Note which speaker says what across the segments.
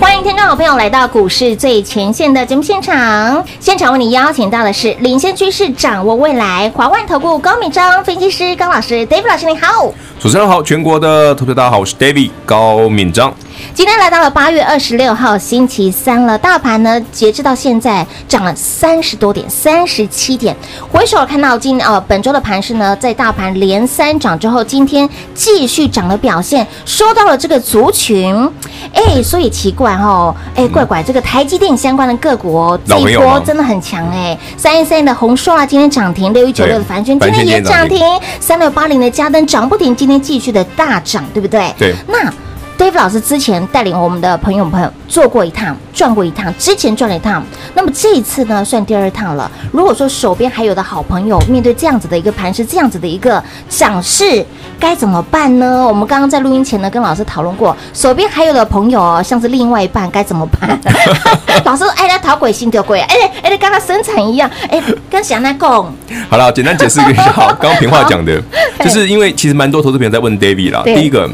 Speaker 1: 欢迎听众好朋友来到股市最前线的节目现场，现场为你邀请到的是领先趋势、掌握未来华万投顾高敏章分析师高老师，David 老师你好。
Speaker 2: 主持人好，全国的投资者大家好，我是 David 高敏章。
Speaker 1: 今天来到了八月二十六号星期三了，大盘呢截至到现在涨了三十多点，三十七点。回首看到今呃本周的盘势呢，在大盘连三涨之后，今天继续涨的表现，说到了这个族群，哎，所以奇怪哦，哎，怪怪，这个台积电相关的个股哦，这
Speaker 2: 嗯老朋
Speaker 1: 一
Speaker 2: 友啊
Speaker 1: 波
Speaker 2: 了
Speaker 1: 真的很强哎，三一三一的红硕啊，今天涨停，六一九六的
Speaker 2: 对
Speaker 1: 凡轩今
Speaker 2: 凡
Speaker 1: 天
Speaker 2: 轩
Speaker 1: 也
Speaker 2: 今天涨
Speaker 1: 涨
Speaker 2: 停
Speaker 1: 停，三六八零的嘉登涨不停，今天继续的大涨，对不对？
Speaker 2: 对
Speaker 1: 那 Dave 老师之前带领我们的朋友朋友做过一趟，转过一趟，之前转了一趟，那么这一次呢，算第二趟了。如果说手边还有的好朋友面对这样子的一个盘势，这样子的一个涨势，该怎么办呢？我们刚刚在录音前呢，跟老师讨论过，手边还有的朋友哦，像是另外一半该怎么办？老师说，哎，他讨鬼心丢鬼，哎哎，跟他生产一样，哎，跟小奈共，
Speaker 2: 好了，简单解释一下，刚刚平话 讲的，就是因为其实蛮多投资朋友在问 David 啦。
Speaker 1: 对嗯
Speaker 2: 第一个，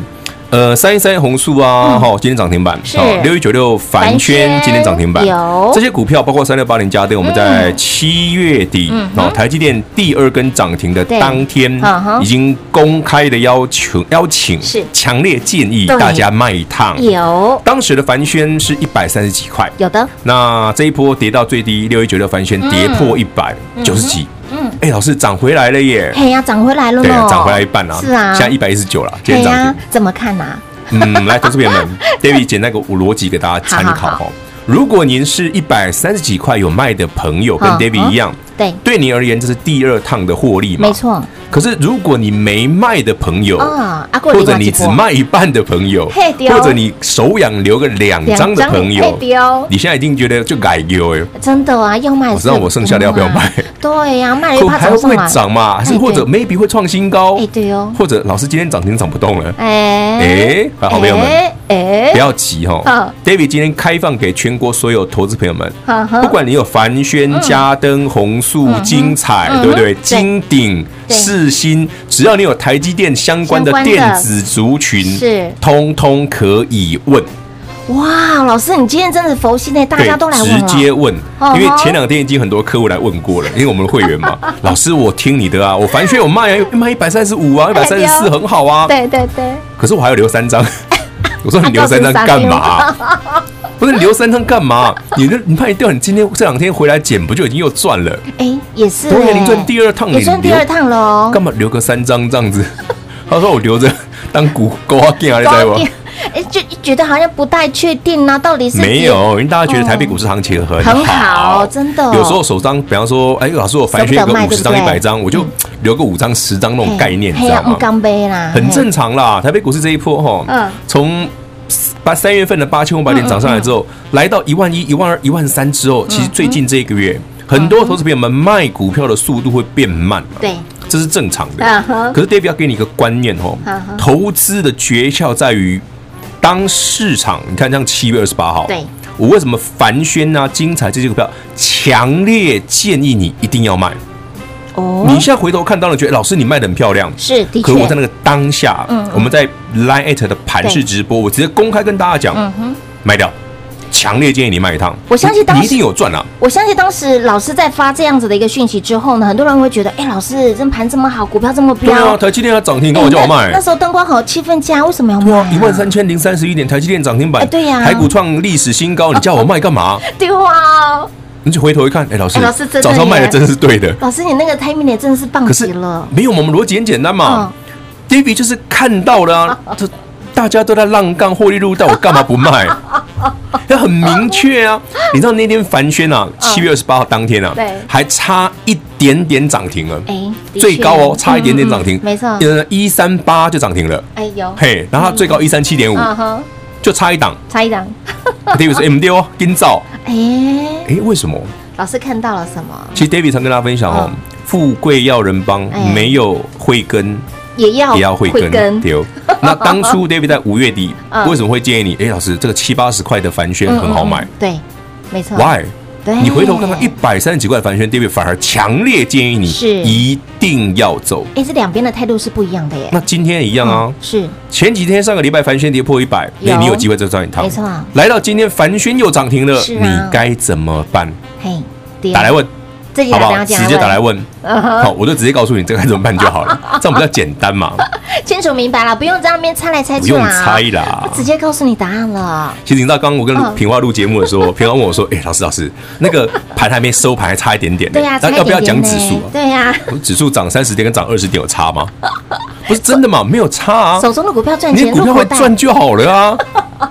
Speaker 2: 呃，三一三一红树啊，哈、今天涨停板，
Speaker 1: 是
Speaker 2: 六一九六
Speaker 1: 凡
Speaker 2: 凡
Speaker 1: 轩
Speaker 2: 圈今天涨停板，
Speaker 1: 有嗯
Speaker 2: 这些股票，包括三六八零家电，我们在七月底，哦，台积电第二根涨停的
Speaker 1: 对
Speaker 2: 当天
Speaker 1: 嗯哼，
Speaker 2: 已经公开的要求邀请，
Speaker 1: 是
Speaker 2: 强烈建议
Speaker 1: 对
Speaker 2: 大家卖一趟。
Speaker 1: 有
Speaker 2: 当时的凡轩是一百三十几块，
Speaker 1: 有的，
Speaker 2: 那这一波跌到最低六一九六翻
Speaker 1: 嗯
Speaker 2: 轩，跌破一百九十几。嗯，哎、老师涨回来了耶！
Speaker 1: 嘿呀，涨回来了
Speaker 2: 对啊，
Speaker 1: 呢，
Speaker 2: 涨回来一半啊，
Speaker 1: 哎是啊，
Speaker 2: 现在一百一十九了，今
Speaker 1: 对
Speaker 2: 天
Speaker 1: 呀
Speaker 2: 涨，
Speaker 1: 怎么看啊呐？
Speaker 2: 停。嗯，来，投资朋友 们，David 简单个逻辑给大家参考
Speaker 1: 好好
Speaker 2: 哈。如果您是一百三十几块有卖的朋友，跟
Speaker 1: 嗯
Speaker 2: David 一样，
Speaker 1: 对，
Speaker 2: 对你而言这是第二趟的获利嘛？
Speaker 1: 没。错
Speaker 2: 可是如果你没卖的朋友，
Speaker 1: 啊，阿贵
Speaker 2: 或者你只卖一半的朋友，
Speaker 1: 嘿对哦
Speaker 2: 或者你手痒留个两张的
Speaker 1: 两
Speaker 2: 朋
Speaker 1: 张
Speaker 2: 友
Speaker 1: 嘿对哦，
Speaker 2: 你现在已经觉得就改丢哎。
Speaker 1: 真的啊，要卖。嗯
Speaker 2: 我知道我剩下的要不要卖？
Speaker 1: 对呀， 卖了一
Speaker 2: 股
Speaker 1: 趴
Speaker 2: 还
Speaker 1: 涨上
Speaker 2: 会
Speaker 1: 来，
Speaker 2: 涨嘛？还是
Speaker 1: 哎
Speaker 2: 或者
Speaker 1: 对
Speaker 2: maybe 会创新高？
Speaker 1: 哎对 哦
Speaker 2: 或者老师今天涨停涨不动了，
Speaker 1: 哎
Speaker 2: 哎好朋友们
Speaker 1: 哎哎
Speaker 2: 不，要急哈
Speaker 1: 好。
Speaker 2: David 今天开放给全国所有投资朋友们，
Speaker 1: 呵呵
Speaker 2: 不管你有凡轩、嘉登、宏塑、精彩
Speaker 1: 嗯嗯哼，
Speaker 2: 对不对？
Speaker 1: 对
Speaker 2: 金鼎、
Speaker 1: 对
Speaker 2: 世新，只要你有台积电相关的
Speaker 1: 相关的
Speaker 2: 电子族群，
Speaker 1: 是
Speaker 2: 通通可以问，
Speaker 1: 哇，老师你今天真的佛系呢，大
Speaker 2: 对
Speaker 1: 家都，来问
Speaker 2: 直接
Speaker 1: 了，
Speaker 2: 问
Speaker 1: 哦，
Speaker 2: 因为
Speaker 1: 吼
Speaker 2: 前两天已经很多客户来问过了，因为我们的会 员嘛，老师我听你的啊，我凡轩有卖啊，卖一百三十五啊，一百三十四很好啊，
Speaker 1: 对对对，
Speaker 2: 可是我还要留 三张。我说你留三张干嘛？不是你留三张干嘛？你这你卖掉，你今天这两天回来捡，不就已经又赚了？
Speaker 1: 哎也是
Speaker 2: 对
Speaker 1: 哎，
Speaker 2: 呀，你赚第二趟，
Speaker 1: 也
Speaker 2: 你
Speaker 1: 赚第
Speaker 2: 留
Speaker 1: 二趟喽
Speaker 2: 干，嘛留个三张这样子？他说我留着当股勾啊，你知道吗？
Speaker 1: 哎就觉得好像不太确定呢，到底是
Speaker 2: 没有，因为大家觉得台北股市行情很
Speaker 1: 哦很好真的哦
Speaker 2: 有时候手张，比方说，哎，老师我凡轩有
Speaker 1: 舍不
Speaker 2: 个
Speaker 1: 得卖
Speaker 2: 五十张、
Speaker 1: 对
Speaker 2: 一
Speaker 1: 不对嗯
Speaker 2: 百张，我就留个五张、十张那种概念，你
Speaker 1: 嘿
Speaker 2: 知
Speaker 1: 呀
Speaker 2: 道，
Speaker 1: 我
Speaker 2: 吗？
Speaker 1: 干杯啦，
Speaker 2: 很
Speaker 1: 嘿
Speaker 2: 正常啦。台北股市这一波哈，
Speaker 1: 嗯
Speaker 2: 从八三月份的八千五百点涨上来之后，
Speaker 1: 嗯
Speaker 2: 来到一万一、一万二、一万三之后，其实最近这一个月，很多投资朋友们卖股票的速度会变慢了，
Speaker 1: 对，
Speaker 2: 这是正常
Speaker 1: 嗯
Speaker 2: 的。
Speaker 1: 哼
Speaker 2: 可是 David 要给你一个观念哦
Speaker 1: 嗯哼，
Speaker 2: 投资的诀窍在于，当市场你看像七月二十八号，
Speaker 1: 对。
Speaker 2: 我为什么凡轩啊、精彩这些股票强烈建议你一定要卖？
Speaker 1: 哦
Speaker 2: 你现在回头看，当然觉得老师你卖的很漂亮，
Speaker 1: 是的
Speaker 2: 可
Speaker 1: 确，
Speaker 2: 是我在那个当下，
Speaker 1: 嗯
Speaker 2: 我们在 Line at 的盘式直播，我直接公开跟大家讲，
Speaker 1: 嗯哼。
Speaker 2: 卖掉，强烈建议你卖一趟。
Speaker 1: 我相信
Speaker 2: 你
Speaker 1: 当时
Speaker 2: 你一定有赚啊，
Speaker 1: 我相信当时老师在发这样子的一个讯息之后呢，很多人会觉得，哎、老师这盘这么好，股票这么
Speaker 2: 对啊，
Speaker 1: 飙，
Speaker 2: 台积电要涨停，
Speaker 1: 哎
Speaker 2: 跟我叫我
Speaker 1: 那
Speaker 2: 卖
Speaker 1: 那。时候灯光好，气氛佳，为什么要卖、啊？
Speaker 2: 一万三千零三十一点，台积电涨停
Speaker 1: 哎
Speaker 2: 板，
Speaker 1: 对呀
Speaker 2: 台股创历史新高，你叫我卖干嘛？
Speaker 1: 丢啊！
Speaker 2: 你就回头一看，哎，老师
Speaker 1: 哎老师真的，
Speaker 2: 早上卖的
Speaker 1: 耶
Speaker 2: 真是对的，
Speaker 1: 老师，你那个 timing 也真的是棒
Speaker 2: 可
Speaker 1: 极
Speaker 2: 是
Speaker 1: 了，哦
Speaker 2: 没有，我们逻辑很简单嘛。David 就是看到了啊，这大家都在浪杠获利入袋，我干嘛 不卖？那很明确啊！你知道那天凡轩啊，七月二十八号当天啊
Speaker 1: 嗯对，
Speaker 2: 还差一点点涨停了，
Speaker 1: 哎的确
Speaker 2: 最高哦，差一点点涨停
Speaker 1: 嗯嗯，没错
Speaker 2: 呃，一三八就涨停了，
Speaker 1: 哎有，
Speaker 2: 嘿，然后它最高一三七点五，
Speaker 1: 嗯哼，
Speaker 2: 就差 一档。
Speaker 1: 差一档，
Speaker 2: David 说：“哎，唔对哦，跟照。
Speaker 1: 哎、”
Speaker 2: 哎，为什么？
Speaker 1: 老师看到了什么？
Speaker 2: 其实 David 常跟大家分享哦
Speaker 1: 嗯，
Speaker 2: 富贵要人帮
Speaker 1: 哎，
Speaker 2: 没有慧根
Speaker 1: 也要
Speaker 2: 也要慧根，
Speaker 1: 慧根 嗯
Speaker 2: 对哦。那当初 David 在五月底为什么会建议你？哎，老师，这个七八十块的凡轩很好买
Speaker 1: 嗯嗯嗯哎对，没错。
Speaker 2: ，Why？
Speaker 1: 对，
Speaker 2: 你回头看看一百三十几块的凡轩，David 反而强烈建议你
Speaker 1: 是
Speaker 2: 一定要走。
Speaker 1: 哎，这两边的态度是不一样的耶。
Speaker 2: 那今天也一样啊，
Speaker 1: 是
Speaker 2: 前几天上个礼拜凡轩跌破一百，
Speaker 1: 嗯有
Speaker 2: 哎，你有机会再赚一趟。
Speaker 1: 没错啊
Speaker 2: 来到今天凡轩又涨停了，
Speaker 1: 是啊
Speaker 2: 你该怎么办？
Speaker 1: 嘿，对啊
Speaker 2: 打来问，
Speaker 1: 自己
Speaker 2: 好
Speaker 1: 打
Speaker 2: 不
Speaker 1: 电话
Speaker 2: 好？
Speaker 1: 进
Speaker 2: 直接打来
Speaker 1: 问，
Speaker 2: 问，好，我就直接告诉你这该怎么办就好 了， 这样比较简单嘛，
Speaker 1: 清楚明白了，不啊用在那边猜来猜
Speaker 2: 不
Speaker 1: 去
Speaker 2: 用
Speaker 1: 啦。
Speaker 2: 猜啦
Speaker 1: 我。直接告诉你答案了。
Speaker 2: 其实你知道，刚刚我跟
Speaker 1: 嗯
Speaker 2: 平花录节目的 时候，平花问我说：“哎，老师，老师，那个盘还没收盘，还差一点点呢，
Speaker 1: 对呀，差
Speaker 2: 那要
Speaker 1: 一
Speaker 2: 不要
Speaker 1: 点
Speaker 2: 讲
Speaker 1: 点
Speaker 2: 指数
Speaker 1: 呢？对呀，
Speaker 2: 啊？指数涨三十点跟涨二十点有差吗？不 是真的嘛，没有差啊。
Speaker 1: 手中的股票赚
Speaker 2: 你的
Speaker 1: 钱
Speaker 2: 股
Speaker 1: 入
Speaker 2: 票
Speaker 1: 口
Speaker 2: 会
Speaker 1: 袋，
Speaker 2: 赚就好了啊。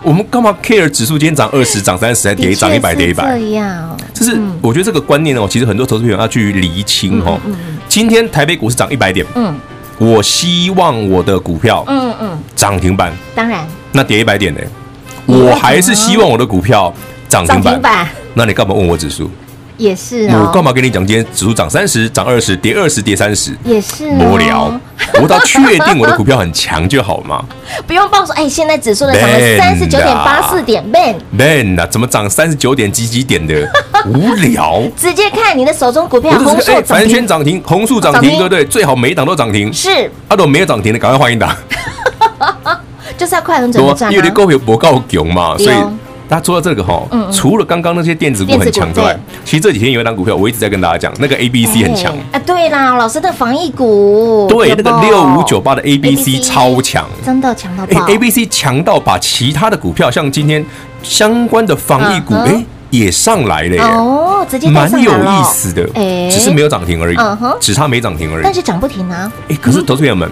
Speaker 2: 我们干嘛 care 指数今天涨二十、涨三十，还跌
Speaker 1: 的
Speaker 2: 涨一
Speaker 1: 确
Speaker 2: 百、
Speaker 1: 是
Speaker 2: 跌一百？
Speaker 1: 这样
Speaker 2: 就是我觉得这个观念哦，其实很多投资朋友要去厘清哦。今天台北股市涨一百点，
Speaker 1: 嗯
Speaker 2: 我希望我的股票
Speaker 1: 嗯嗯，
Speaker 2: 涨停板，
Speaker 1: 当然
Speaker 2: 那跌一百点呢？我还是希望我的股票涨
Speaker 1: 涨
Speaker 2: 停
Speaker 1: 停
Speaker 2: 板。
Speaker 1: 板
Speaker 2: 那你干嘛问我指数？
Speaker 1: 也是
Speaker 2: 我
Speaker 1: 哦，
Speaker 2: 干嘛跟你讲今天指数涨三十、涨二十、跌二十、跌三十？
Speaker 1: 也是哦
Speaker 2: 无聊，我只要确定我的股票很强就好嘛。
Speaker 1: 不用报说，哎，现在指数呢涨了
Speaker 2: 笨
Speaker 1: 三十九点八
Speaker 2: 啦
Speaker 1: 四点，man，
Speaker 2: Man 啊，怎么涨三十九点几几点 的？无聊。
Speaker 1: 直接看你的手中股票
Speaker 2: 我
Speaker 1: 啊红
Speaker 2: 只是
Speaker 1: 硕
Speaker 2: 哎，
Speaker 1: 涨
Speaker 2: 凡
Speaker 1: 停
Speaker 2: 圈涨停，红树涨
Speaker 1: 涨
Speaker 2: 停，
Speaker 1: 停
Speaker 2: 对不对？最好每一档都涨停。
Speaker 1: 是，
Speaker 2: 啊，都没有涨停的，赶快换一档，
Speaker 1: 就是要快很准
Speaker 2: 对
Speaker 1: 的
Speaker 2: 吧？
Speaker 1: 赚
Speaker 2: 因为你
Speaker 1: 啊。
Speaker 2: 股票不够强嘛，
Speaker 1: 对
Speaker 2: 所以
Speaker 1: 哦
Speaker 2: 大家说到这个哈
Speaker 1: 嗯嗯，
Speaker 2: 除了刚刚那些电子股很强之外
Speaker 1: 电子，
Speaker 2: 其实这几天有一档股票，我一直在跟大家讲，那个 A B C 很强
Speaker 1: 哎，啊！对啦，老师的防疫股，
Speaker 2: 对，
Speaker 1: 有
Speaker 2: 那个
Speaker 1: 没
Speaker 2: 六
Speaker 1: 有
Speaker 2: 五九八的 A B C 超强。
Speaker 1: 真的强到
Speaker 2: 哎
Speaker 1: 爆。
Speaker 2: ，A B C 强到把其他的股票，像今天相关的防疫股，
Speaker 1: 嗯哼
Speaker 2: 哎，也上来了耶，
Speaker 1: 哦，直接带
Speaker 2: 蛮
Speaker 1: 上来
Speaker 2: 有
Speaker 1: 了
Speaker 2: 意思的，
Speaker 1: 哎
Speaker 2: 只是没有涨停而已
Speaker 1: 嗯哼，
Speaker 2: 只差没涨停而已
Speaker 1: 但。是涨不停啊。
Speaker 2: 哎，可是投资朋友们，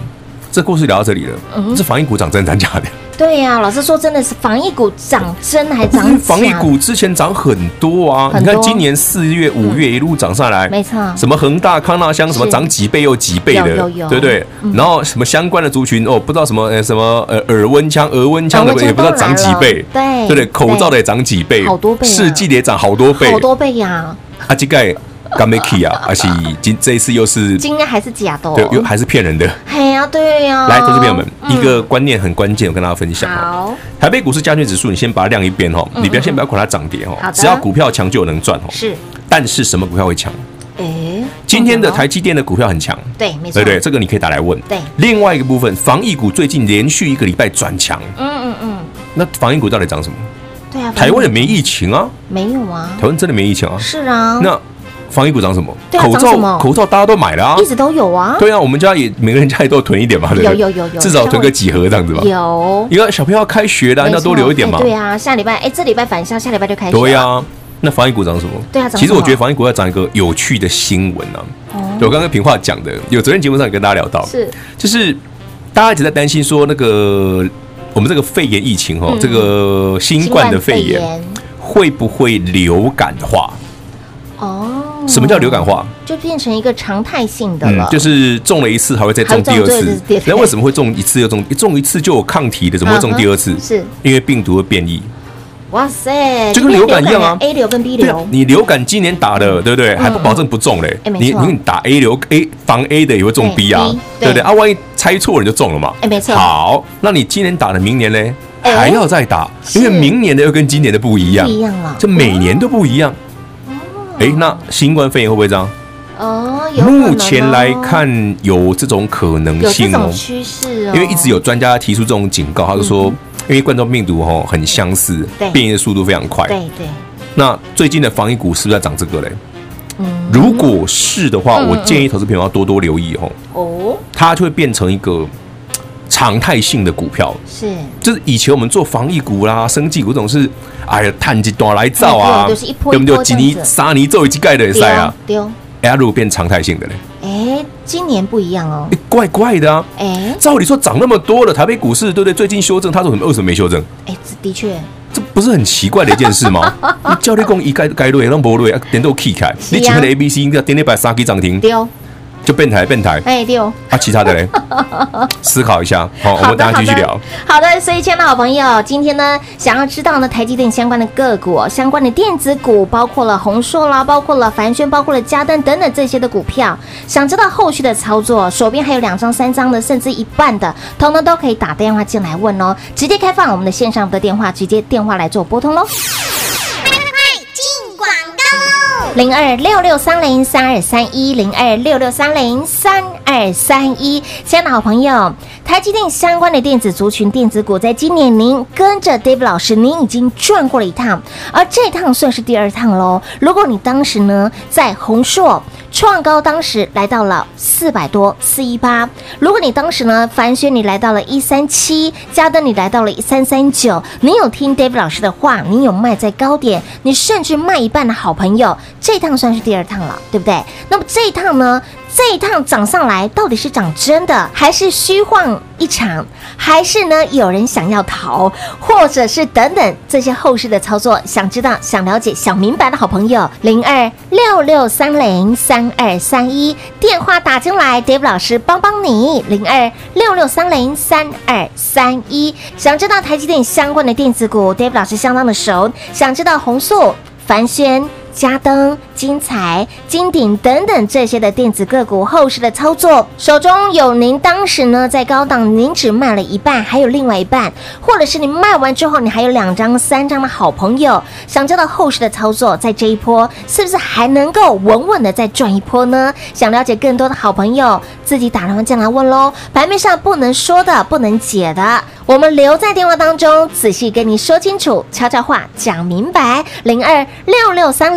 Speaker 2: 这故事聊到这里了，
Speaker 1: 嗯
Speaker 2: 这防疫股涨真的还是假的？
Speaker 1: 对呀、老师说真的是防疫股涨真还
Speaker 2: 因为
Speaker 1: 涨
Speaker 2: 防疫
Speaker 1: 假
Speaker 2: 股之前涨很多啊，
Speaker 1: 很
Speaker 2: 你
Speaker 1: 多嗯
Speaker 2: 看今年四月、五月一路涨上来，
Speaker 1: 没错
Speaker 2: 什么恒大、康纳香什么
Speaker 1: 是
Speaker 2: 涨几倍又几倍的
Speaker 1: 有有，有嗯
Speaker 2: 对不对？然后什么相关的族群哦，不知道什么呃什么呃耳温枪、额温枪的
Speaker 1: 耳温枪
Speaker 2: 也不知道
Speaker 1: 都来
Speaker 2: 涨
Speaker 1: 了
Speaker 2: 几倍，
Speaker 1: 对
Speaker 2: 对不对？口罩的
Speaker 1: 对
Speaker 2: 也涨几倍，
Speaker 1: 好多倍啊
Speaker 2: 试剂的也涨好多倍，
Speaker 1: 好多倍呀、
Speaker 2: 啊，这个干没起 啊，而且今这一次又是
Speaker 1: 今天还是假的、哦。
Speaker 2: 对又还是骗人的。
Speaker 1: 嘿呀、对呀、
Speaker 2: 来，投资朋友们，
Speaker 1: 嗯
Speaker 2: 一个观念很关键，我跟大家分享哦。
Speaker 1: 好
Speaker 2: 台北股市加权指数，你先把它晾一边哈，你不要先不要管它涨跌
Speaker 1: 嗯好
Speaker 2: 哈，
Speaker 1: 的
Speaker 2: 只要股票强就有能赚哈。哦
Speaker 1: 是，
Speaker 2: 但是什么股票会强？
Speaker 1: 哎，
Speaker 2: 今天的
Speaker 1: 重点
Speaker 2: 台积电的股票很强，
Speaker 1: 哦对，没错，
Speaker 2: 对不对？，这个你可以打来问。
Speaker 1: 对
Speaker 2: 另外一个部分，防疫股最近连续一个礼拜转强，
Speaker 1: 嗯嗯嗯，
Speaker 2: 那防疫股到底涨什么？
Speaker 1: 对啊，
Speaker 2: 台湾也
Speaker 1: 人
Speaker 2: 没疫情啊，
Speaker 1: 没有啊
Speaker 2: 台，湾真的没疫情啊。
Speaker 1: 是啊，
Speaker 2: 那防疫股涨什么？
Speaker 1: 对啊
Speaker 2: 口
Speaker 1: 涨什么
Speaker 2: 罩口罩大家都买了啊
Speaker 1: 一。直都有啊，
Speaker 2: 对啊，我们家也每个人家也都有囤一点嘛，对不对？
Speaker 1: 有有有有
Speaker 2: 至少囤个几盒这样子吧。
Speaker 1: 有，
Speaker 2: 因为小朋友要开学了，
Speaker 1: 没
Speaker 2: 啊那
Speaker 1: 错
Speaker 2: 多留一点嘛
Speaker 1: 哎。对啊，下礼拜哎，这礼拜返校，下礼拜就开始，
Speaker 2: 对，啊呀，那防疫股涨什么？
Speaker 1: 对啊涨
Speaker 2: 其
Speaker 1: 什
Speaker 2: 实
Speaker 1: 么
Speaker 2: 我觉得防疫股要涨一个有趣的新闻啊。
Speaker 1: 哦
Speaker 2: 对我刚刚平话讲的，有昨天节目上也跟大家聊到，
Speaker 1: 是
Speaker 2: 就是大家一直在担心说那个我们这个肺炎疫情哦，
Speaker 1: 嗯
Speaker 2: 这个新冠的肺炎会不会流感化？
Speaker 1: 哦，
Speaker 2: 什么叫流感化？嗯
Speaker 1: 就变成一个常态性的了，
Speaker 2: 就是中了一次还会再中第二
Speaker 1: 还中
Speaker 2: 次
Speaker 1: 第二次，
Speaker 2: 那为什么会中一次又中？中一次就有抗体的，怎么会中第二次
Speaker 1: 嗯哼？是
Speaker 2: 因为病毒的变异。
Speaker 1: 哇塞，
Speaker 2: 就跟流感一样啊
Speaker 1: ，A 流跟 B
Speaker 2: 对
Speaker 1: 流嗯
Speaker 2: 啊，，你流感今年打的，对不对？还不保证不中嘞。
Speaker 1: 哎没
Speaker 2: 你
Speaker 1: 错
Speaker 2: 你打 A 流 A 防 A 的也会中 B 啊
Speaker 1: 对，
Speaker 2: 对不
Speaker 1: 对
Speaker 2: 对？啊，万一猜错了你就中了嘛。
Speaker 1: 哎没错
Speaker 2: 好，那你今年打的，明年嘞
Speaker 1: 哎
Speaker 2: 还要再打，
Speaker 1: 是
Speaker 2: 因为明年的又跟今年的不一样
Speaker 1: 不，一样哦了，
Speaker 2: 这每年都不一样。哎，那新冠肺炎会不会这样？
Speaker 1: 哦，有可能哦
Speaker 2: 目前来看有这种可能
Speaker 1: 有这
Speaker 2: 性哦
Speaker 1: 种，趋势哦，
Speaker 2: 因为一直有专家提出这种警告，他就说，因为冠状病毒哦很相似
Speaker 1: 嗯对，
Speaker 2: 变异的速度非常快。
Speaker 1: 对对，
Speaker 2: 那最近的防疫股是不是在涨这个嘞？
Speaker 1: 嗯
Speaker 2: 如果是的话，
Speaker 1: 嗯嗯
Speaker 2: 我建议投资朋友要多多留意哦，
Speaker 1: 哦
Speaker 2: 它就会变成一个嘖常态性的股票。
Speaker 1: 是，
Speaker 2: 就是以前我们做防疫股啦、生技股这种是，哎呀，碳基多来造啊，
Speaker 1: 嗯对就是一波一波
Speaker 2: 不对？几
Speaker 1: 这
Speaker 2: 泥
Speaker 1: 样子
Speaker 2: 沙泥做一季盖的也塞啊，
Speaker 1: 丢，
Speaker 2: 哎，它如果变常态性的嘞，
Speaker 1: 哎，今年不一样哦，
Speaker 2: 哎怪怪的啊。
Speaker 1: 哎
Speaker 2: 照理说涨那么多了，台北股市对不对？最近修正，它说什么？为什么没修正？
Speaker 1: 哎，这的确
Speaker 2: 这不是很奇怪的一件 事吗？你
Speaker 1: 啊
Speaker 2: 教练工一概该对，让博瑞啊，点都 K 开，你前面的 A B C 应该点点把三 K 涨停，
Speaker 1: 丢，
Speaker 2: 就变台变台。
Speaker 1: 哎六。
Speaker 2: 啊，其他 的嘞，思考一下。好，我
Speaker 1: 好
Speaker 2: 们
Speaker 1: 的，
Speaker 2: 大
Speaker 1: 好
Speaker 2: 家
Speaker 1: 的，
Speaker 2: 继续聊。
Speaker 1: 好的，所以亲爱的好朋友，今哦天呢，想要知道呢台积电相关的个股、相关的电子股，包括了宏硕啦，包括了凡轩，包括了嘉登等等这些的股票，想知道后续的操作，手边还有两张、三张的，甚至一半的，通通都可以打电话进来问哦。直接开放我们的线上的电话，直接电话来做拨通喽。零二六六三零三二三一零二六六三零三二三一，亲爱的好朋友，台积电相关的电子族群、电子股，在今年您跟着 Dave 老师，您已经转过了一趟，而这趟算是第二趟喽。如果你当时呢在宏硕创高，当时来到了四百多四一八，如果你当时呢凡轩你来到了一三七，嘉登你来到了一三三九，你有听 Dave 老师的话，你有卖在高点，你甚至卖一半的好朋友，这一趟算是第二趟了，对不对？那么这一趟呢？这一趟涨上来，到底是涨真的，还是虚晃一场，还是呢有人想要逃，或者是等等这些后市的操作，想知道、想了解、想明白的好朋友，零二六六三零三二三一电话打进来，Dave 老师帮帮你，零二六六三零三二三一，想知道台积电相关的电子股，Dave 老师相当的熟，想知道红素。凡轩、嘉登、金彩、金鼎等等这些的电子个股后市的操作，手中有您当时呢在高档，您只卖了一半，还有另外一半，或者是你卖完之后，你还有两张、三张的好朋友，想知道后市的操作，在这一波是不是还能够稳稳的再赚一波呢？想了解更多的好朋友，自己打电话进来问喽。盘面上不能说的、不能解的，我们留在电话当中仔细跟你说清楚，悄悄话讲明白。零二六六三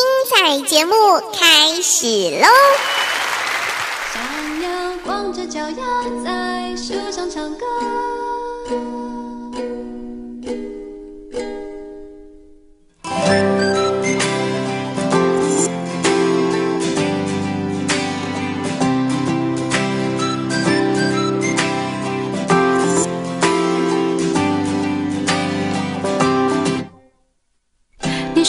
Speaker 3: 彩节目开始喽！
Speaker 4: 想要光着脚丫在树上唱歌，你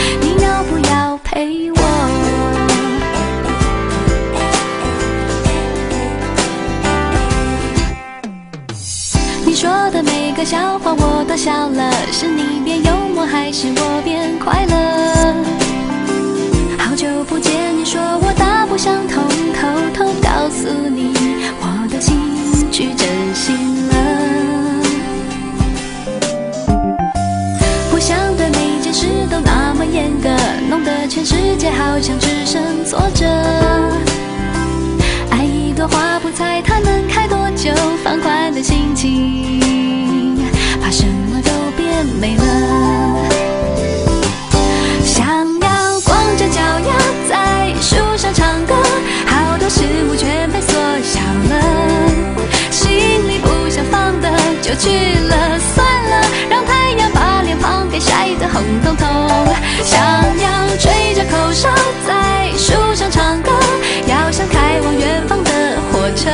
Speaker 4: 个笑话我都笑了，是你变幽默还是我变快乐？好久不见，你说我大不相同，偷偷告诉你，我的心去真心了。我想的每件事都那么严格，弄得全世界好像只剩挫折。爱一朵花，不猜它能开多久，放宽了心情，把什么都变美了。想要光着脚丫在树上唱歌，好多事物全被缩小了，心里不想放的就去了，算了，让太阳把脸庞给晒得红彤彤。想要吹着口哨在树上唱歌，要像开往远方的火车，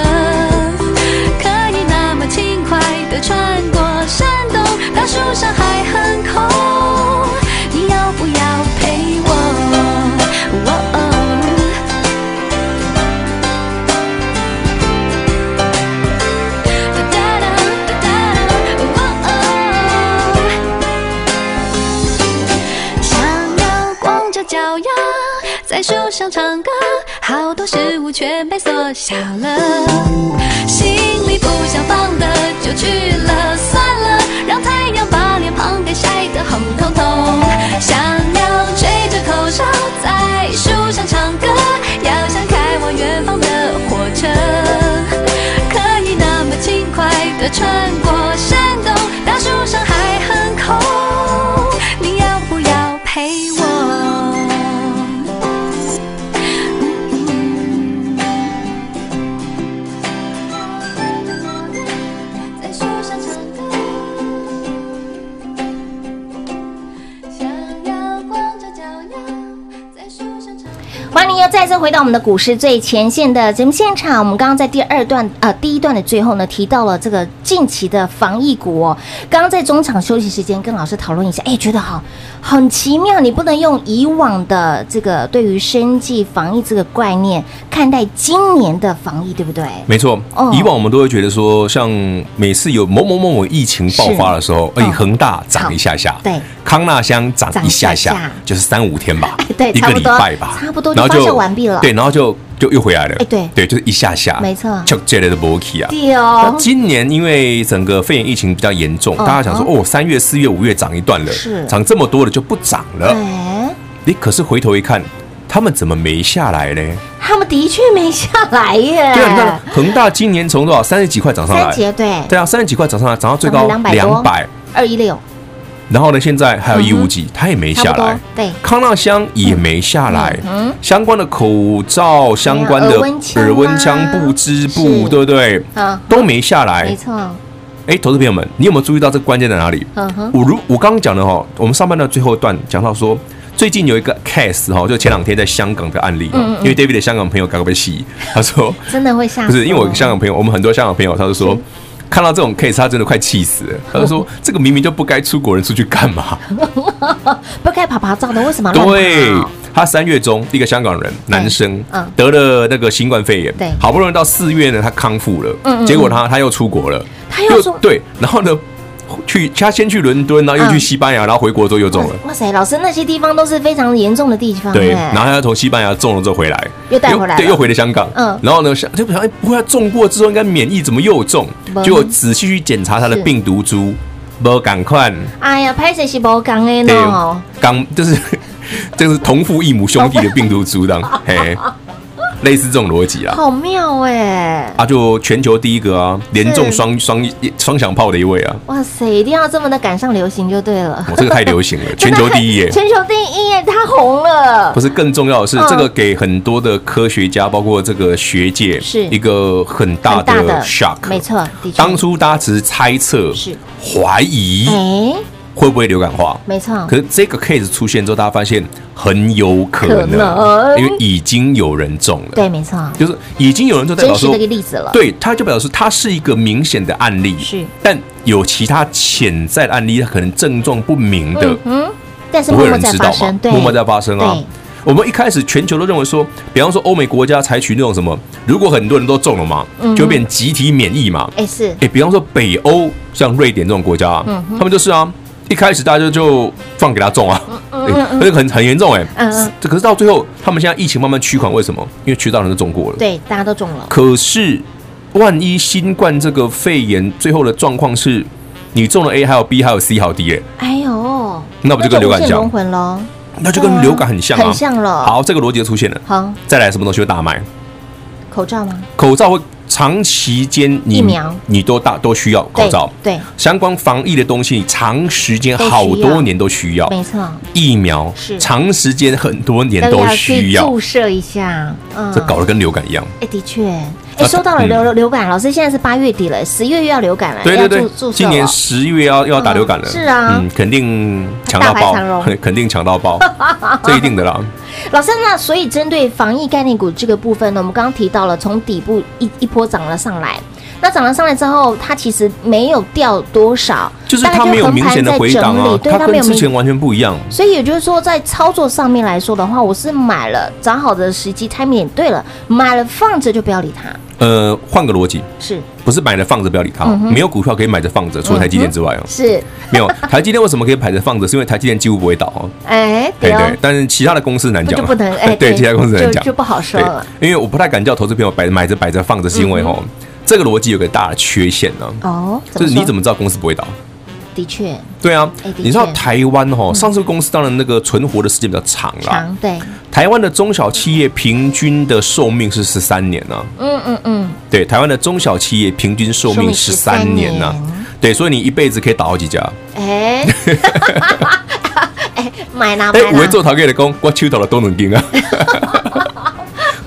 Speaker 4: 可以那么轻快地穿过山洞，它树上还很空。你要不要陪我？哦哒哒哒哒哒哦想要光着脚丫在树上唱歌，好多事物全被缩小了，心里不想放的就去了，算了，让太阳把脸庞给晒得红彤彤。想要吹着口哨在树上唱歌，要像开往远方的火车，可以那么轻快的穿过山洞，大树上还很空，你要不要陪我？在树上唱歌，想要光着脚丫，在树上唱歌。
Speaker 1: 欢迎又再次回到我们的股市最前线的节目现场。我们刚刚在第二段呃第一段的最后呢，提到了这个近期的防疫股哦。刚刚在中场休息时间跟老师讨论一下，哎，觉得好很奇妙，你不能用以往的这个对于生计防疫这个概念看待今年的防疫，对不对？
Speaker 2: 没错
Speaker 1: 哦，
Speaker 2: 以往我们都会觉得说，像每次有某某某某疫情爆发的时候，
Speaker 1: 是
Speaker 2: 哎，
Speaker 1: 嗯
Speaker 2: 恒大涨一下下，
Speaker 1: 对，
Speaker 2: 康纳香涨一
Speaker 1: 涨一
Speaker 2: 下
Speaker 1: 下
Speaker 2: 下
Speaker 1: 下，，
Speaker 2: 就是三五天吧
Speaker 1: 对
Speaker 2: 一
Speaker 1: 差
Speaker 2: 个
Speaker 1: 不
Speaker 2: 礼
Speaker 1: 多
Speaker 2: 拜吧，
Speaker 1: 差不多就
Speaker 2: 然后
Speaker 1: 发酵完毕了
Speaker 2: 对，然后就就又回来了，
Speaker 1: 哎对
Speaker 2: 对，就是一下下，
Speaker 1: 没错
Speaker 2: 就这类的博 key 啊。
Speaker 1: 对
Speaker 2: 那
Speaker 1: 哦，
Speaker 2: 今年因为整个肺炎疫情比较严重，
Speaker 1: 嗯
Speaker 2: 大家想说哦，三月、四月、五月涨一段了
Speaker 1: 是，
Speaker 2: 涨这么多了就不涨了。
Speaker 1: 哎，
Speaker 2: 你可是回头一看，他们怎么没下来呢？
Speaker 1: 他们的确没下来耶。
Speaker 2: 对啊，你看恒大今年从多少三十几块涨上
Speaker 1: 三
Speaker 2: 来，
Speaker 1: 节对，
Speaker 2: 对啊，三十几块涨上来，涨到最高
Speaker 1: 涨到200多
Speaker 2: 两百，
Speaker 1: 二一六
Speaker 2: 然后呢，现在还有一五几，它也没
Speaker 1: 差
Speaker 2: 下
Speaker 1: 不多
Speaker 2: 来。，
Speaker 1: 对，
Speaker 2: 康纳香也没下来
Speaker 1: 嗯嗯，
Speaker 2: 相关的口罩、相关
Speaker 1: 耳
Speaker 2: 的
Speaker 1: 温枪啊
Speaker 2: 耳温枪、布织布，
Speaker 1: 是
Speaker 2: 对不对？
Speaker 1: 嗯，
Speaker 2: 都没下
Speaker 1: 没
Speaker 2: 来。
Speaker 1: 错，
Speaker 2: 哎，投资朋友们，你有没有注意到这关键在哪里？
Speaker 1: 嗯哼，
Speaker 2: 我如我刚刚讲的哈，我们上半段最后一段讲到说，最近有一个 case 哈，就前两天在香港的案例，
Speaker 1: 嗯嗯
Speaker 2: 因为 David 的香港朋友刚刚被洗，他说
Speaker 1: 真的会下。嗯
Speaker 2: 不是，因为我香港朋友，我们很多香港朋友，他就说。看到这种 case，他真的快气死了。他就说：“这个明明就不该出国人出去干 嘛
Speaker 1: 不该爬爬照的，为什么？”要乱爬
Speaker 2: 对，他三月中一个香港人男生
Speaker 1: 嗯
Speaker 2: 得了那个新冠肺炎，
Speaker 1: 对
Speaker 2: 好不容易到四月呢，他康复
Speaker 1: 嗯嗯
Speaker 2: 了，结果他他又出国了，
Speaker 1: 他又出
Speaker 2: 对，然后呢，去他先去伦敦，然后又
Speaker 1: 嗯
Speaker 2: 去西班牙，然后回国之后又中了。
Speaker 1: 哇塞，老师那些地方都是非常严重的地方，
Speaker 2: 对，
Speaker 1: 哎
Speaker 2: 然后他从西班牙中了之后回来，哎
Speaker 1: 又带回来了
Speaker 2: 对，又回了香港。
Speaker 1: 嗯
Speaker 2: 嗯，然后呢，想就想，哎，不会他中过之后应该免疫，怎么又中
Speaker 1: 不？
Speaker 2: 结果仔细去检查他的
Speaker 1: 是
Speaker 2: 病毒株，不，赶快，
Speaker 1: 哎呀，拍谁是无讲的哦
Speaker 2: 对
Speaker 1: 呢？，
Speaker 2: 刚就是这个是同父异母兄弟的病毒株，当 嘿，类似这种逻辑啦。
Speaker 1: 好妙哎！
Speaker 2: 啊，就全球第一个啊，连中
Speaker 1: 是
Speaker 2: 双双双响炮的一位啊，
Speaker 1: 哇塞，一定要这么的赶上流行就对了。。
Speaker 2: 我这个太流行了，全球第一耶
Speaker 1: 全球第一耶，他红了
Speaker 2: 不。是更重要的是
Speaker 1: 嗯，
Speaker 2: 这个给很多的科学家，包括这个学界，
Speaker 1: 是
Speaker 2: 一个很大
Speaker 1: 很
Speaker 2: 的
Speaker 1: 大的
Speaker 2: shock。
Speaker 1: 没错，的确。
Speaker 2: 当初大家只是猜测
Speaker 1: 是、
Speaker 2: 怀疑
Speaker 1: 哎，
Speaker 2: 会不会流感化，
Speaker 1: 没错
Speaker 2: 可，是这个 case 出现之后，大家发现很有可能，
Speaker 1: 可能
Speaker 2: 因为已经有人中了，
Speaker 1: 对，，没错，
Speaker 2: 就是已经有人中，代
Speaker 1: 真
Speaker 2: 表
Speaker 1: 实
Speaker 2: 说
Speaker 1: 的一个例子了。
Speaker 2: 对，它就表示它是一个明显的案例，
Speaker 1: 是，
Speaker 2: 但有其他潜在的案例，它可能症状不明的，
Speaker 1: 嗯，嗯，但是
Speaker 2: 不
Speaker 1: 默
Speaker 2: 会有
Speaker 1: 默
Speaker 2: 人
Speaker 1: 在
Speaker 2: 知
Speaker 1: 发
Speaker 2: 道
Speaker 1: 生
Speaker 2: 嘛，，
Speaker 1: 对，
Speaker 2: 默默在发生啊
Speaker 1: 对。
Speaker 2: 我们一开始全球都认为说，比方说欧美国家采取那种什么，如果很多人都中了嘛，
Speaker 1: 嗯
Speaker 2: 就变集体免疫嘛。
Speaker 1: 哎是
Speaker 2: 哎、比方说北欧，像瑞典这种国家、
Speaker 1: 嗯
Speaker 2: 啊，他们就是啊，一开始大家就放给他中啊，哎而且很很严重哎、
Speaker 1: 嗯嗯
Speaker 2: 这可是到最后，他们现在疫情慢慢趋缓，为什么？因为渠道人都中过了。
Speaker 1: 对，大家都中了，
Speaker 2: 可是，万一新冠这个肺炎最后的状况是，你中了 A 还有 B 还有 C 还有 D 哎、
Speaker 1: 哎呦，
Speaker 2: 那不就跟流感
Speaker 1: 无限
Speaker 2: 像
Speaker 1: 融混喽？
Speaker 2: 那就跟流感很像啊，
Speaker 1: 嗯很像了
Speaker 2: 好，这个逻辑就出现了。
Speaker 1: 好，
Speaker 2: 再来，什么东西会大卖？
Speaker 1: 口罩吗？
Speaker 2: 口罩会长期间你
Speaker 1: 疫苗
Speaker 2: 你都大都需要口罩，
Speaker 1: 对
Speaker 2: 相关防疫的东西，长时间
Speaker 1: 都需要
Speaker 2: 好多年都需要
Speaker 1: 对，。没错，
Speaker 2: 疫苗
Speaker 1: 是
Speaker 2: 长时间很多年
Speaker 1: 大
Speaker 2: 都
Speaker 1: 家去
Speaker 2: 需要
Speaker 1: 注，射一下，嗯
Speaker 2: 这搞得跟流感一样。
Speaker 1: 哎，的确，哎，
Speaker 2: 啊
Speaker 1: 说到了
Speaker 2: 嗯
Speaker 1: 流流感，老师现在是八月底了，十月又要流感了，
Speaker 2: 对对
Speaker 1: 要
Speaker 2: 对
Speaker 1: 注注，射
Speaker 2: 今年
Speaker 1: 了
Speaker 2: 十月要又要打流感了，
Speaker 1: 嗯是啊
Speaker 2: 嗯，肯定强到
Speaker 1: 大
Speaker 2: 爆
Speaker 1: 排长龙，
Speaker 2: 肯定强到爆，这一定 的啦。
Speaker 1: 老师，那所以针对防疫概念股这个部分呢，我们刚刚提到了，从底部一一波涨了上来，那涨了上来之后，它其实没有掉多少，
Speaker 2: 就是
Speaker 1: 大概
Speaker 2: 它没有
Speaker 1: 横
Speaker 2: 明
Speaker 1: 盘
Speaker 2: 显的
Speaker 1: 在
Speaker 2: 回档
Speaker 1: 整理
Speaker 2: 啊，
Speaker 1: 对，
Speaker 2: 它
Speaker 1: 它没
Speaker 2: 跟
Speaker 1: 有
Speaker 2: 之
Speaker 1: 明
Speaker 2: 前完全不一样。
Speaker 1: 所以也就是说，在操作上面来说的话，我是买了，找好的时机 timing 也对了，买了放着就不要理它，
Speaker 2: 呃，换个逻辑，
Speaker 1: 是
Speaker 2: 不是买着放着不要理它，
Speaker 1: 嗯
Speaker 2: 没有股票可以买着放着，除了台积电之外哦，
Speaker 1: 是，
Speaker 2: 没有台积电为什么可以买着放着？是因为台积电几乎不会倒哦。
Speaker 1: 哎，
Speaker 2: 对
Speaker 1: 哦
Speaker 2: 对，，但是其他的公司难讲
Speaker 1: 就
Speaker 2: 了，
Speaker 1: 不 能哎
Speaker 2: 对
Speaker 1: 对
Speaker 2: 其他公司难
Speaker 1: 就
Speaker 2: 讲，
Speaker 1: 就不好说
Speaker 2: 对
Speaker 1: 了。
Speaker 2: 因为我不太敢叫投资朋友摆买着摆着放着，是因
Speaker 1: 嗯
Speaker 2: 为哦，这个逻辑有个大的缺陷呢，
Speaker 1: 哦，
Speaker 2: 就是你怎
Speaker 1: 么
Speaker 2: 么知道公司不会倒？
Speaker 1: 说的确
Speaker 2: 对啊
Speaker 1: 哎的，
Speaker 2: 你知道
Speaker 1: 确
Speaker 2: 台湾哦，上市公司当然那个存活的时间比较长啦。
Speaker 1: 长对，
Speaker 2: 台湾的中小企业平均的寿命是十三年呢、
Speaker 1: 嗯嗯嗯，
Speaker 2: 对，台湾的中小企业平均寿
Speaker 1: 寿
Speaker 2: 命
Speaker 1: 命
Speaker 2: 十三年呢、
Speaker 1: 年
Speaker 2: 对，所以你一辈子可以打好几家。
Speaker 1: 哎，哎，买啦
Speaker 2: 哎
Speaker 1: 买，
Speaker 2: 我会
Speaker 1: 啦，
Speaker 2: 做陶给的工，我秋倒了都能盯啊。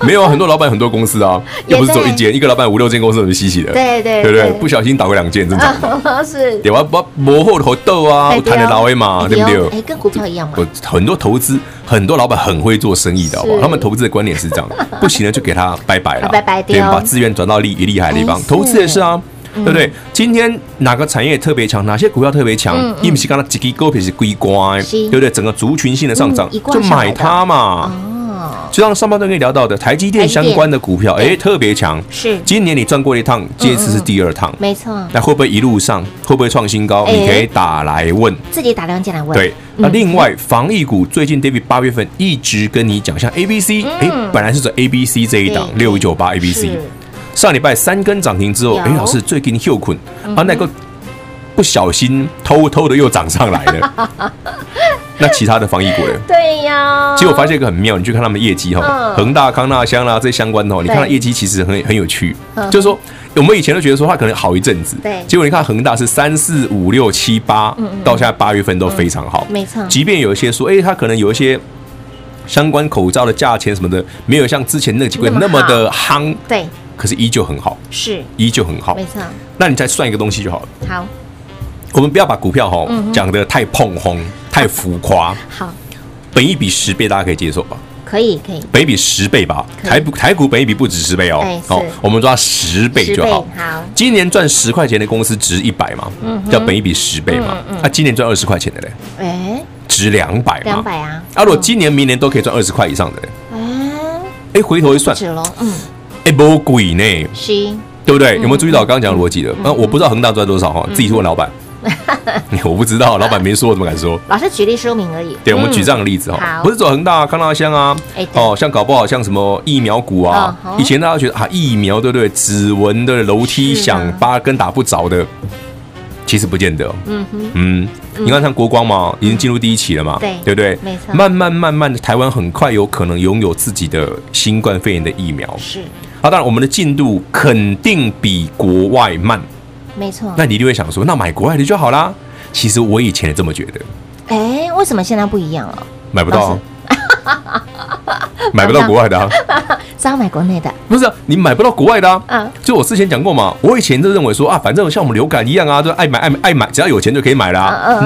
Speaker 2: 没有啊，很多老板很多公司啊，又不是
Speaker 1: 也
Speaker 2: 走
Speaker 1: 对
Speaker 2: 一间，一个老板五六间公司很稀奇的，
Speaker 1: 对对
Speaker 2: 对不对？
Speaker 1: 对啊
Speaker 2: 不小心倒个两间，正常。
Speaker 1: 是
Speaker 2: 对吧？我磨后头豆啊，我谈的老 A 嘛，对不
Speaker 1: 哎哦
Speaker 2: 对
Speaker 1: 哎，？跟股票一样嘛
Speaker 2: 我，很多投资，很多老板很会做生意的，好不好
Speaker 1: 是
Speaker 2: 他们投资的观点是这样，不行了就给他拜拜了，
Speaker 1: 啊拜拜
Speaker 2: 对，
Speaker 1: 掉
Speaker 2: 把资源转到厉厉害的地
Speaker 1: 哎
Speaker 2: 方。
Speaker 1: 是
Speaker 2: 投资也是啊，对不对？今天哪个产业特别强，哪些股票特别强
Speaker 1: 嗯嗯，
Speaker 2: 你不是刚刚几个股票是归关，
Speaker 1: 是
Speaker 2: 对不对？整个族群性的上涨
Speaker 1: 嗯一挂
Speaker 2: 就
Speaker 1: 上来
Speaker 2: 买
Speaker 1: 的
Speaker 2: 它嘛。
Speaker 1: 哦，
Speaker 2: 就像上半段跟你聊到的，台积电
Speaker 1: 台积电
Speaker 2: 相关的股票，哎，特别强。
Speaker 1: 是嗯
Speaker 2: 今年你赚过一趟，这次是第二趟，
Speaker 1: 没错，
Speaker 2: 那会不会一路上会不会创新高？
Speaker 1: 哎
Speaker 2: 你可以打来问。
Speaker 1: 自己打量进来问，嗯
Speaker 2: 对，那另外防疫股最近 David 八月份一直跟你讲，像 A B C，哎，本来是走 A B C 这一档
Speaker 1: 嗯对
Speaker 2: 六一九八 A B
Speaker 1: 嗯是
Speaker 2: C，上礼拜三根涨停之后，
Speaker 1: 有嗯
Speaker 2: 哎，老师最近休困啊，那个不小心偷偷的又涨上来了。 那其他的防疫股呢？
Speaker 1: 对呀，
Speaker 2: 结果发现一个很妙，你去看他们业绩哈
Speaker 1: 嗯，
Speaker 2: 恒大、康纳香啦这相关的哦，你看它业绩其实很很有趣
Speaker 1: 嗯，
Speaker 2: 就是说我们以前都觉得说它可能好一阵子，
Speaker 1: 对嗯
Speaker 2: 结果你看恒大是三四五六七八，到现在八月份都非常好，
Speaker 1: 没错
Speaker 2: 即便有一些说，哎，它可能有一些。相关口罩的价钱什么的，没有像之前那几个月
Speaker 1: 那
Speaker 2: 那
Speaker 1: 么
Speaker 2: 么
Speaker 1: 好
Speaker 2: 的夯，
Speaker 1: 对，
Speaker 2: 可是依旧很好，
Speaker 1: 是
Speaker 2: 依旧很好
Speaker 1: 没。错，
Speaker 2: 那你再算一个东西就好了。
Speaker 1: 好
Speaker 2: 我们不要把股票哈
Speaker 1: 嗯
Speaker 2: 讲得太碰轰、太浮夸，
Speaker 1: 好，
Speaker 2: 本一比十倍大家可以接受吧？
Speaker 1: 可以可以，
Speaker 2: 本一比十倍吧，
Speaker 1: 可以
Speaker 2: 台股台股本一比不止十倍哦
Speaker 1: 哎，是
Speaker 2: 哦，我们抓十倍就好
Speaker 1: 10。倍好嗯
Speaker 2: 今年赚十块钱的公司值一百嘛，叫本一比十倍嘛。那今年赚二十块钱的嘞，
Speaker 1: 哎，
Speaker 2: 值两百嘛。
Speaker 1: 两百啊，
Speaker 2: 啊，如果今年、明年都可以赚二十块以上的嘞，
Speaker 1: 哎，
Speaker 2: 哎，回头一算，
Speaker 1: 止喽，嗯，
Speaker 2: 哎，不贵呢，
Speaker 1: 是
Speaker 2: 对不对？
Speaker 1: 嗯
Speaker 2: 有没有注意到我刚刚讲的逻辑的？那我不知道恒大赚多少哈，自己去问 老板。我不知道，老板没说，我怎么敢说？
Speaker 1: 老师举例说明而已，
Speaker 2: 对，我们
Speaker 1: 嗯
Speaker 2: 举这样的例子哈
Speaker 1: 好，
Speaker 2: 不是走恒大、康大香啊
Speaker 1: 哎，对
Speaker 2: 哦，像搞不好像什么疫苗股啊
Speaker 1: 嗯，哼
Speaker 2: 以前大家觉得啊，疫苗对不对？指纹对不对？楼梯
Speaker 1: 是啊
Speaker 2: 响，八跟打不着的，其实不见得。嗯嗯，你看像国光嘛，已经进入第一期了嘛，
Speaker 1: 对
Speaker 2: 对不对
Speaker 1: 没？错
Speaker 2: 慢慢慢慢的，台湾很快有可能拥有自己的新冠肺炎的疫苗。
Speaker 1: 是
Speaker 2: 啊，当然我们的进度肯定比国外慢，
Speaker 1: 哦没错，
Speaker 2: 那你一定会想说，那买国外的就好啦。其实我以前也这么觉得。
Speaker 1: 哎，为什么现在不一样了？
Speaker 2: 买不到、
Speaker 1: 老
Speaker 2: 啊， 买不到国外 的啊，
Speaker 1: 是要买国内的，
Speaker 2: 不是、啊、你买不到国外的啊。
Speaker 1: 嗯
Speaker 2: 就我之前讲过嘛，我以前就认为说啊，反正像我们流感一样啊，就爱买爱买爱买，只要有钱就可以买啦、
Speaker 1: 嗯嗯嗯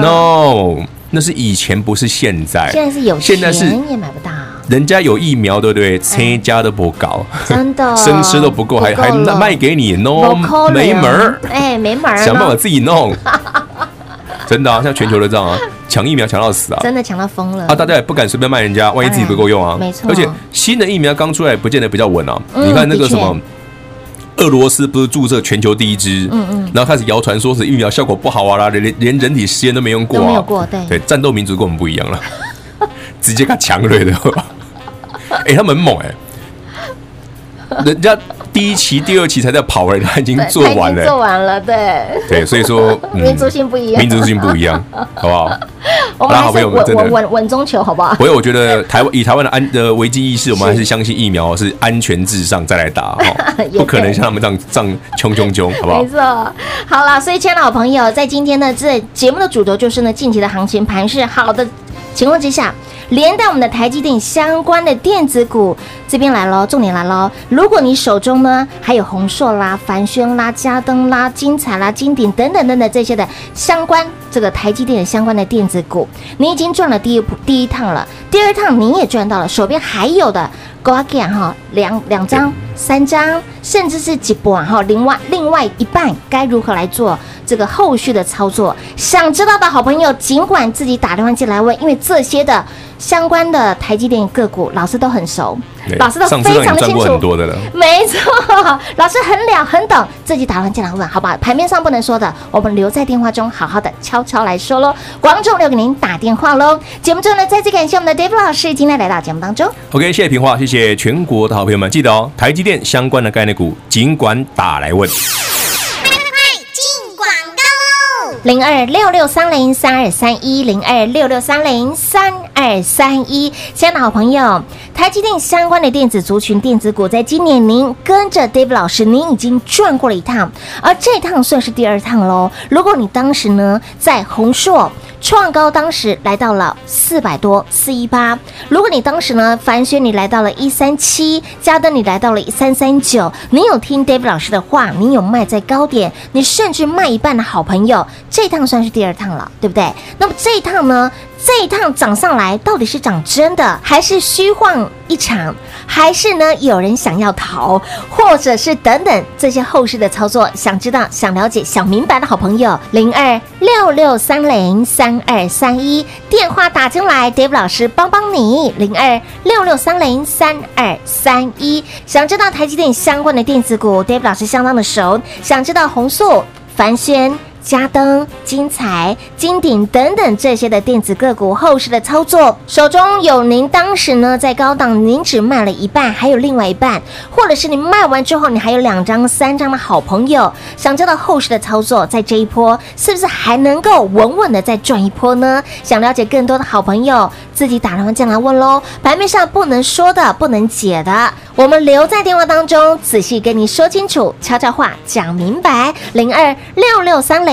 Speaker 2: No，那是以前，不是现在。
Speaker 1: 现在是有
Speaker 2: 哎现在是
Speaker 1: 钱也买不到，
Speaker 2: 人家有疫苗，对不
Speaker 1: 嗯
Speaker 2: 对？参加都不搞，
Speaker 1: 真的
Speaker 2: 生吃都不够，还还
Speaker 1: 哦了
Speaker 2: 卖给你，no
Speaker 1: 不可能
Speaker 2: 没门儿，
Speaker 1: 哎，没门儿呢，
Speaker 2: 想办法自己弄。真的啊，像全球都这样啊，抢疫苗抢到死啊！
Speaker 1: 真的抢到疯了
Speaker 2: 啊，大家也不敢随便卖人家，万一自己不够用啊。
Speaker 1: 哎没错
Speaker 2: 而且新的疫苗刚出来，不见得比较稳啊。
Speaker 1: 嗯
Speaker 2: 你看那
Speaker 1: 的
Speaker 2: 个
Speaker 1: 确
Speaker 2: 什么。俄罗斯不是注射全球第一支，
Speaker 1: 嗯嗯
Speaker 2: 然后开始谣传说是疫苗效果不好啊啦，连连连人体实验都没用过
Speaker 1: 都
Speaker 2: 啊，
Speaker 1: 没有过对
Speaker 2: 对，战斗民族跟我们不一样了， 直接给他强了的， 哎、他们很猛哎、人家第一期、第二期才在跑哎、他已经
Speaker 1: 对
Speaker 2: 做
Speaker 1: 他已
Speaker 2: 完
Speaker 1: 经
Speaker 2: 了、嗯
Speaker 1: 做完了，对。
Speaker 2: 对，所以说、
Speaker 1: 民族性不一样
Speaker 2: 民族性不一样，好不好？
Speaker 1: 我们
Speaker 2: 好啦
Speaker 1: 还
Speaker 2: 好朋
Speaker 1: 是
Speaker 2: 友们
Speaker 1: 稳
Speaker 2: 真的
Speaker 1: 稳稳稳中求，好不好？
Speaker 2: 不过我觉得台湾以台湾的安的危机意识，我们还是相信疫苗是安全至上再来打哈
Speaker 1: 也，对
Speaker 2: 不可能像他们这样这样冲冲冲，好不好
Speaker 1: 没？错，好啦，所以，亲爱的好朋友，在今天呢，这节目的主轴就是呢，近期的行情盘是好的情况之下，连带我们的台积电相关的电子股这边来喽，重点来喽。如果你手中呢还有宏硕啦、凡轩啦、嘉登啦、精彩啦、金鼎等等等等这些的相关这个台积电的相关的电子股，你已经赚了第一步第一趟了，第二趟你也赚到了，手边还有的。g o 干啊哈，两两张、三张，甚至是几本哈，另外另外一半该如何来做这个后续的操作？想知道的好朋友，尽管自己打电话进来问，因为这些的相关的台积电个股，老师都很熟，
Speaker 2: 对
Speaker 1: 老师都
Speaker 2: 上次
Speaker 1: 非
Speaker 2: 让
Speaker 1: 常
Speaker 2: 你
Speaker 1: 的
Speaker 2: 赚
Speaker 1: 清
Speaker 2: 过很
Speaker 1: 楚。
Speaker 2: 多的了，
Speaker 1: 没错，老师很了很懂，自己打完进来问，好不好？盘面上不能说的，我们留在电话中，好好的悄悄来说喽。广众留给您打电话喽。节目最后呢，再次感谢我们的 David 老师今天来到节目当中。
Speaker 2: OK，谢谢平话，谢谢全国的好朋友们，记得哦，台积电相关的概念股尽管打来问。
Speaker 1: 零二六六三零三二三一零二六六三零三二三一，亲爱的好朋友，台积电相关的电子族群、电子股，在今年您跟着 Dave 老师，您已经转过了一趟，而这趟算是第二趟喽。如果你当时呢在宏硕创高，当时来到了四百多四一八，如果你当时呢凡轩你来到了一三七，嘉登你来到了一三三九，你有听 Dave 老师的话，你有卖在高点，你甚至卖一半的好朋友，这趟算是第二趟了，对不对？那么这一趟呢？这一趟涨上来，到底是涨真的，还是虚晃一场，还是呢有人想要逃，或者是等等这些后市的操作？想知道、想了解、想明白的好朋友，零二六六三零三二三一电话打进来，Dave 老师帮帮你，零二六六三零三二三一。想知道台积电相关的电子股，Dave 老师相当的熟，想知道红素。凡轩。嘉登、金彩、金鼎等等这些的电子个股后市的操作，手中有您当时呢在高档，您只卖了一半，还有另外一半，或者是你卖完之后，你还有两张、三张的好朋友，想知道后市的操作，在这一波是不是还能够稳稳的再赚一波呢？想了解更多的好朋友，自己打电话进来问喽。盘面上不能说的、不能解的，我们留在电话当中仔细跟你说清楚，悄悄话讲明白。零二六六三零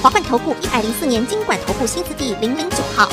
Speaker 3: 华冠投顾一百零四年经管投顾新字第零零九号。